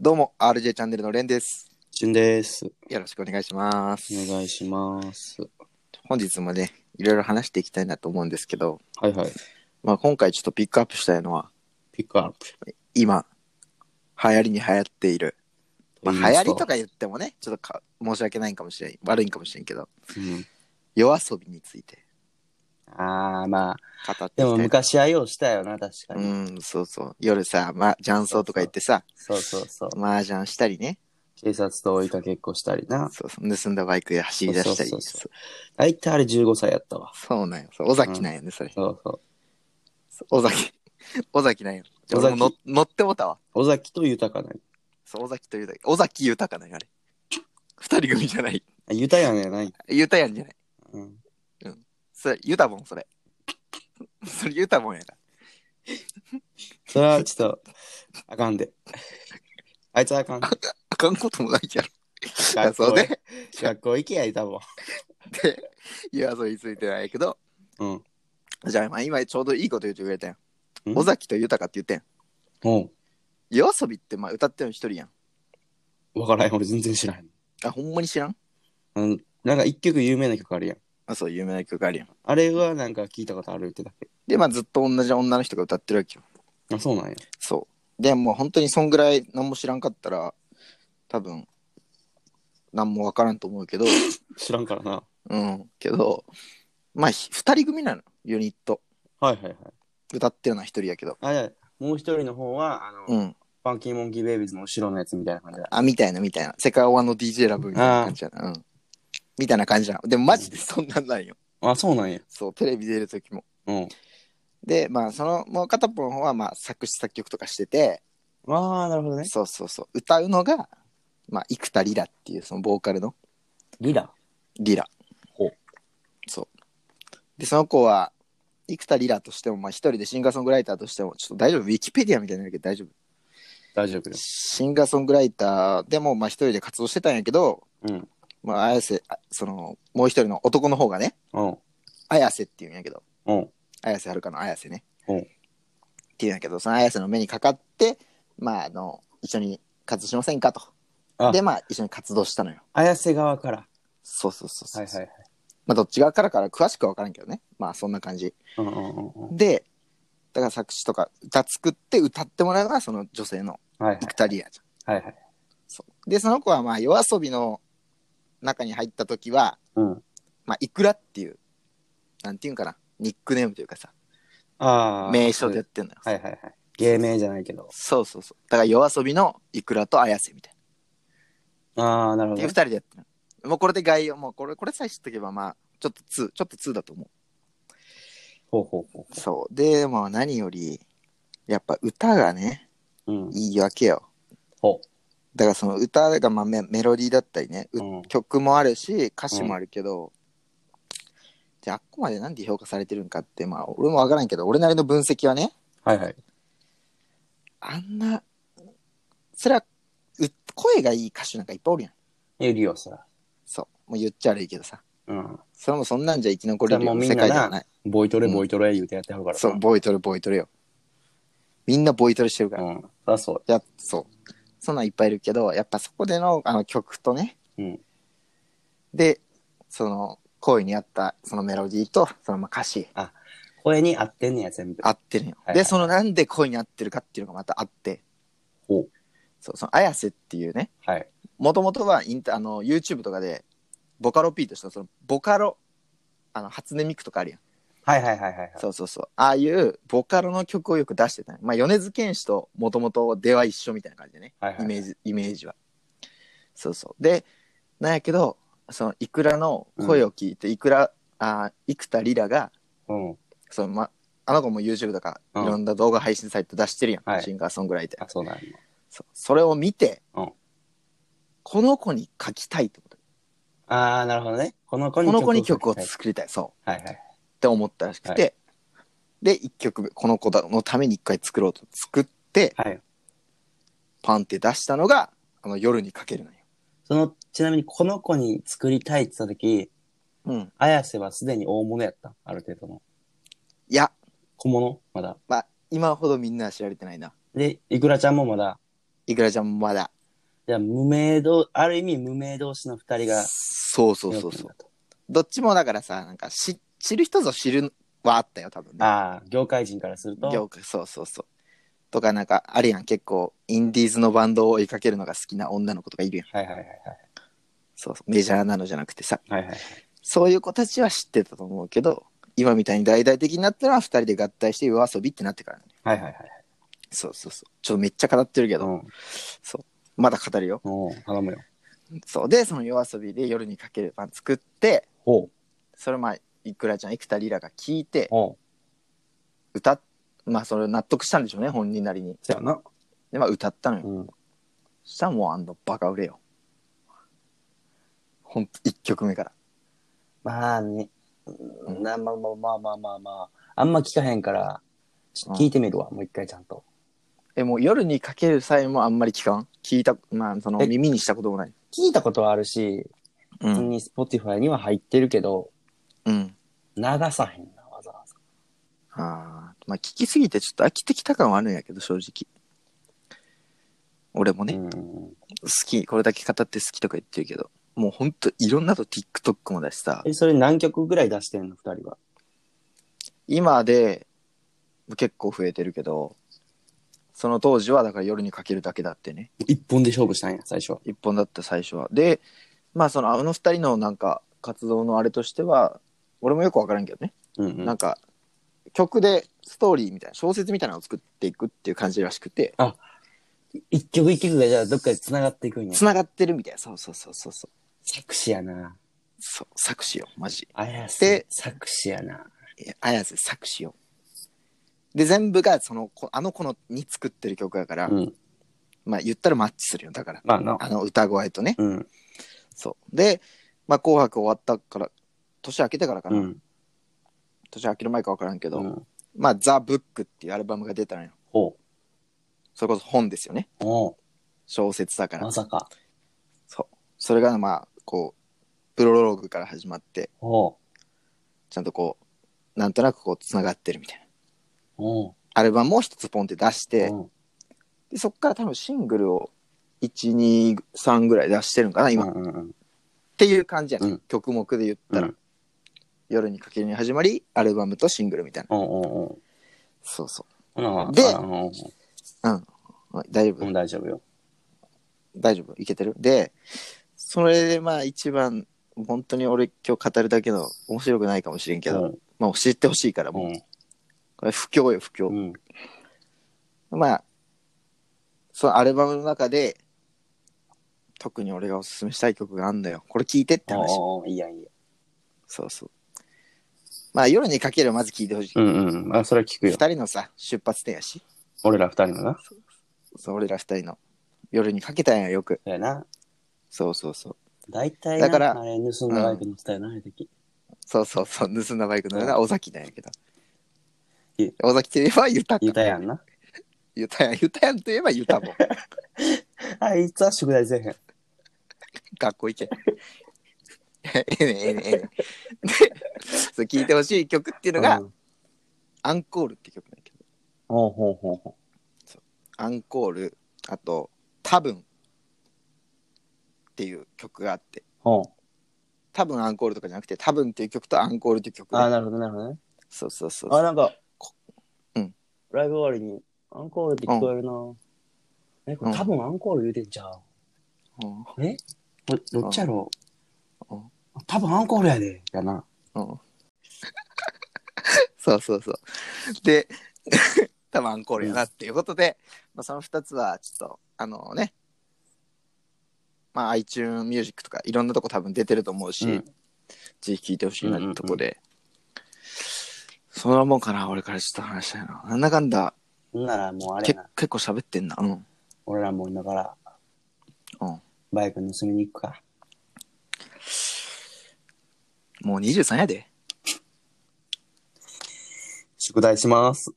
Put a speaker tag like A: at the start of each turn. A: どうも、RJ チャンネルのレンです。
B: しゅんです。
A: よろしくお願いします。
B: お願いします。
A: 本日もね、いろいろ話していきたいなと思うんですけど、
B: はいはい。
A: まあ、今回ちょっとピックアップしたいのは、
B: ピックアップ。
A: 今、流行りに流行っている。まあ、流行りと
B: か、
A: か言ってもね、ちょっとか申し訳ないんかもしれん、悪いんかもしれんけど、
B: うん、
A: 夜遊びについて
B: ああ、まあ、
A: 語っていきた
B: で
A: い。
B: も昔はようしたよな、確か
A: う
B: に。
A: ん、そうそう。夜さ、まあ、雀荘とか行ってさ、
B: そうそうそう。
A: 麻雀したりね、
B: 警察と追いかけっこしたりな。
A: そうそう盗んだバイクで走り出したり。そ
B: そううそう大体あれ15歳やったわ。
A: そうなんよ。そう尾崎なんよね、それ。
B: そうそう。
A: 尾崎。 尾崎なんよ。じゃあ
B: 尾崎
A: 俺も乗乗ってもたわ。
B: 尾崎と豊かな。
A: そう、尾崎というだけ。尾崎豊かなんよあれ。二人組じゃない。
B: あ、豊やねない。
A: ゆたやんじゃない。
B: うん。
A: それ、ゆたぼん、それ。それ、ゆたぼんやな。
B: それはちょっと、あかんで。あいつはあ かん。
A: あかんこともないやろ。
B: 学
A: そう
B: 校
A: ね
B: へ。学校行けやいたもん。
A: で、夜遊びについてないけど、
B: うん。
A: じゃあ、まあ、今ちょうどいいこと言ってくれたやん。
B: ん
A: 尾崎と豊かって言ってん。
B: も
A: 夜遊びって、まあ、歌ってるの一人やん。
B: う、わからへん。俺全然知らへん。
A: あ、ほんまに知らん
B: うん。なんか一曲有名な曲あるやん。
A: あ、そう、有名な曲あるやん。
B: あれはなんか聞いたことあるってだけ。
A: で、まあ、ずっと同じ女の人が歌ってるわけよ。
B: あ、そうなんや。
A: そう。でもう本当にそんぐらい何も知らんかったら、多分、何もわからんと思うけど、
B: 知らんからな。
A: うん、けど、まあ、ひ二人組なの、ユニット。
B: はいはいはい。
A: 歌ってるのは一人やけど。
B: あ、いやもう一人の方は、あの、
A: うん。
B: パンキーモンキーベイビーズの後ろのやつみたいな感じだ。
A: あ、みたいな、みたいな。世界オアの DJ ラブみたいな感じやな。うん。みたいな感じなの。でも、マジでそんなんないよ。
B: あ、そうなんや。
A: そう、テレビ出る時も。
B: うん。
A: で、まあ、その、もう片方の方は、まあ、作詞作曲とかしてて、
B: ああ、なるほどね。
A: そうそうそう。歌うのが、まあ、生田リラっていう、そのボーカルの
B: リラ。
A: リラ。
B: ほう
A: そう。で、その子は、生田リラとしても、まあ、一人でシンガーソングライターとしても、ちょっと大丈夫ウィキペディアみたいになるけど大丈夫
B: 大丈夫よ。
A: シンガーソングライターでもまあ一人で活動してたんやけど、
B: うん。
A: まあ、綾瀬あそのもう一人の男の方がね
B: うん。
A: 綾瀬っていうんやけど
B: うん。
A: 綾瀬はるかの綾瀬ね、
B: うん
A: っていうんやけどその綾瀬の目にかかってまああの一緒に活動しませんかと
B: あ
A: でまあ一緒に活動したのよ
B: 綾瀬側から。
A: そうそうそうそう、
B: はいはいはい。
A: まあどっち側からから詳しくは分からんけどねまあそんな感じ
B: うんうんうんうん。
A: でだから作詞とか歌作って歌ってもらうのがその女性の
B: はいはい
A: イクタリアじゃん
B: はいはい。
A: そうでその子はまあ夜遊びの中に入った時は
B: うん。
A: まあ、いくらっていう、なんていうんかな、ニックネームというかさ、
B: ああ。
A: 名称でやってんのよ。
B: はいはいはい。芸名じゃないけど。
A: そうそうそう。だから夜遊びのいくらと綾瀬みたい
B: ああ、なる
A: な。で、
B: ほ
A: 二
B: どね。
A: 人でやってるの。もうこれで概要、もうこれ、これさえ知っとけば、まあ、ちょっと2、ちょっと2だと思
B: ほうほうほ
A: う。そう。で、まあ何より、やっぱ歌がね、
B: う。うん。
A: いいわけよ。
B: ほ
A: だからその歌がまあメメロディーだったりね、
B: う。
A: う
B: うん。
A: 曲もあるし、歌詞もあるけど、じゃあ、あっこまでなんで評価されてるんかって、まあ、俺もわからんけど、俺なりの分析はね、
B: はいはい。
A: あんな、それは、う声がいい歌手なんかいっぱいおるやん。
B: エリオさ。
A: そう。もう言っちゃ悪いけどさ。
B: うん。
A: それもそんなんじゃ生き残れるような
B: そ
A: 世
B: れはもうみ
A: 界
B: んなな
A: ではない。
B: ボイトレ
A: うん
B: ボイトレ言うてやってはるからな。
A: そう、ボイトレ、ボイトレよ。みんなボイトレしてるから。
B: うん。あ、そう。
A: やそう。そんなんいっぱいいるけど、やっぱそこでのあの曲とね、
B: うん。
A: で、その、声に合ったそのメロディーと、そのまあ歌詞、
B: 声に合ってんねや、全部。
A: 合ってるんよ。
B: はいはい
A: で、そのなんで声に合ってるかっていうのがまたあって、
B: ほう。
A: そう、その、綾瀬っていうね、
B: はい。
A: もともとはインタあの YouTube とかでボカロ P としてそのボカロあの初音ミクとかあるやん、
B: はいはいはいはいはい。
A: そうそうそうああいうボカロの曲をよく出してたねまあ米津玄師ともともと出は一緒みたいな感じでね
B: はいはい
A: イメージイメージはそうそうでなんやけどそのいくらの声を聞いて、いくらあ生田リラが
B: うん。
A: その、ま、あの子も YouTube とかい
B: うん
A: ろんな動画配信サイト出してるやん、
B: はい
A: シンガーソングライター
B: あ、そうなんや。
A: そうそれを見て、
B: うん
A: この子に書きたいってこと
B: ああ、なるほどね。この子に
A: この子に曲を
B: はい
A: 作りたい、そう
B: はいはい。
A: って思ったらしくて、で1曲目この子のために1回作ろうと作って
B: はい。
A: パンって出したのがあの夜にかけるのよ、
B: その、ちなみにこの子に作りたいって言った時、
A: うん、
B: 綾瀬はすでに大物やった。ある程度の。
A: いや
B: 小物まだ。
A: まあ今ほどみんなは知られてないな
B: で、いくらちゃんもまだ。
A: いくらちゃんもまだ
B: じゃあ無名同、ある意味無名同士の二人が。
A: そうそうそうそう。どっちもだからさ、なんか知知る人ぞ知るはあったよ、多分ね。
B: ああ、業界人からすると。
A: 業界、そうそうそう。とかなんか、あるやん、結構、インディーズのバンドを追いかけるのが好きな女の子とかいるやん。
B: はいはいはい
A: そうそう、メジャーなのじゃなくてさ。
B: はい。はいはい。
A: そういう子たちは知ってたと思うけど、今みたいに大々的になったのは二人で合体して夜遊びってなってからね。
B: はいはいはい。
A: そうそうそう。ちょっとめっちゃ語ってるけど、
B: うん。
A: まだ語るよ。
B: おー頼むよ。
A: そう。で、その夜遊びで夜にかけるパン作って、
B: ほう。
A: それをまあ、いくらちゃん、幾田りらが聞いて、
B: おう。
A: 歌っ、まあ、それを納得したんでしょうね、本人なりに。
B: じゃあな。
A: で、まあ、歌ったのよ。
B: うん。
A: そしたらもうあのバカ売れよ。ほんと、1曲目から。
B: まあね。うんなまあまあまあまあまあまあ。あんま聞かへんから、ちょっと聞いてみるわ、もう一回ちゃんと。
A: え、もう夜にかける際もあんまり聞かん聞いた、まあ、その
B: え
A: 耳にしたこともない。
B: 聞いたことはあるし、
A: う
B: 普通
A: ん。
B: に Spotify には入ってるけど、
A: うん。
B: 流さへんな、わざわざ。
A: ああ、まあ、聞きすぎてちょっと飽きてきた感はあるんやけど、正直。俺もね、好
B: うん。
A: き、これだけ語って好きとか言ってるけど、もうほんといろんなと TikTok もだしさ、
B: え、それ何曲ぐらい出してんの、二人は。
A: 今で結構増えてるけど、その当時はだから夜にかけるだけだってね。
B: 一本で勝負したんや、最初は。
A: 一本だった最初はでまあそのあの二人のなんか活動のあれとしては俺もよく分からんけどね、
B: うんうん。
A: なんか曲でストーリーみたいな小説みたいなのを作っていくっていう感じらしくて
B: 一曲一曲がじゃあどっかで繋がっていくんや。
A: つながってるみたいなそうそうそうそうそう
B: 作詞やな。
A: そう作詞よマジ
B: 綾
A: で
B: 瀬作詞やな。
A: いや綾瀬作詞よで全部がそのこあの子のに作ってる曲やから、
B: うん。
A: まあ言ったらマッチするよだから
B: まあな。
A: あの歌声とね
B: うん。
A: そうで「まあ、紅白」終わったから年明けてからか
B: う
A: な、
B: ん。
A: 年明ける前か分からんけど、
B: うん
A: まあ、ザ・ブックっていうアルバムが出たのよ。
B: ほう。
A: それこそ本ですよね。
B: おう
A: 小説だから
B: ま。さか。
A: そう。それが、まあ、こう、プロローグから始まって、
B: おう
A: ちゃんとこう、なんとなくこう、つながってるみたいな。
B: おう
A: アルバムを一つポンって出して、
B: うん
A: でそっから多分シングルを、1、2、3ぐらい出してるんかな、今。
B: う
A: っ
B: んうんうん。
A: ていう感じやね、
B: うん
A: 曲目で言ったら、
B: うん
A: 夜にかけるに始まり、アルバムとシングルみたいな。
B: おうおうおう
A: そうそ
B: ほなまあ
A: で
B: あ
A: う。
B: の
A: はい大丈夫
B: うん大丈夫よ。
A: 大丈夫いけてるでそれでまあ一番本当に俺今日語るだけの面白くないかもしれんけど、まあ知ってほしいから
B: う。
A: もうんこれ不況よ不況
B: う、ん。
A: まあそのアルバムの中で特に俺がおすすめしたい曲があんだよこれ聞いてって話
B: おうおういいやいいや。
A: そうそうまあ夜にかけるまず聞いてほしい、
B: うんうん。あ、それは聞く
A: 二
B: よ。
A: 人のさ出発点やし
B: 俺ら二人のな。
A: そう俺ら二人の夜にかけたんやよく
B: そうやな。
A: そうそうそう
B: 大体
A: だから
B: な、あれ盗んだバイク乗ってたよな、あの時。
A: そうそうそう、盗んだバイクのような
B: う
A: 尾崎なんやけど
B: い。
A: 尾崎といえばユタか
B: 言うたやんな。
A: ユタヤン、ユタヤンといえばユタもん。
B: あいつは宿題せえへん。
A: 学校行け。ええねええねええね。で、そう聞いてほしい曲っていうのが、
B: うん
A: アンコールって曲なんやけど。
B: ほうほうほうほ
A: アンコール、あと、多分っていう曲があって、
B: う。ほう。
A: 多分アンコールとかじゃなくて、多分っていう曲とアンコールっていう曲
B: あー、
A: ね。
B: なるほど、なるほどね。
A: そうそうそう
B: あ、。なんか、
A: うん
B: ライブ終わりに、アンコールって聞こえるな、え、これ多分アンコール言うてんじゃん。
A: うん
B: えこれどっちやろう、
A: うん
B: 多分アンコールやで。やな。
A: うん。 そうそうそう。で、 多分アンコールやなっていうことで、まあ、その2つはちょっと、あのね、まあ iTunes Music とかいろんなとこ多分出てると思うし、
B: うん
A: ぜひ聴いてほしいなってとこで、そんなもんかな、俺からちょっと話したいな。なんだかんだ、
B: ほんならもうあれ
A: け
B: やな。
A: 結構喋ってんな。うん。
B: 俺らも今から、
A: うん
B: バイク盗みに行くか。
A: もう23やで。
B: 宿題します。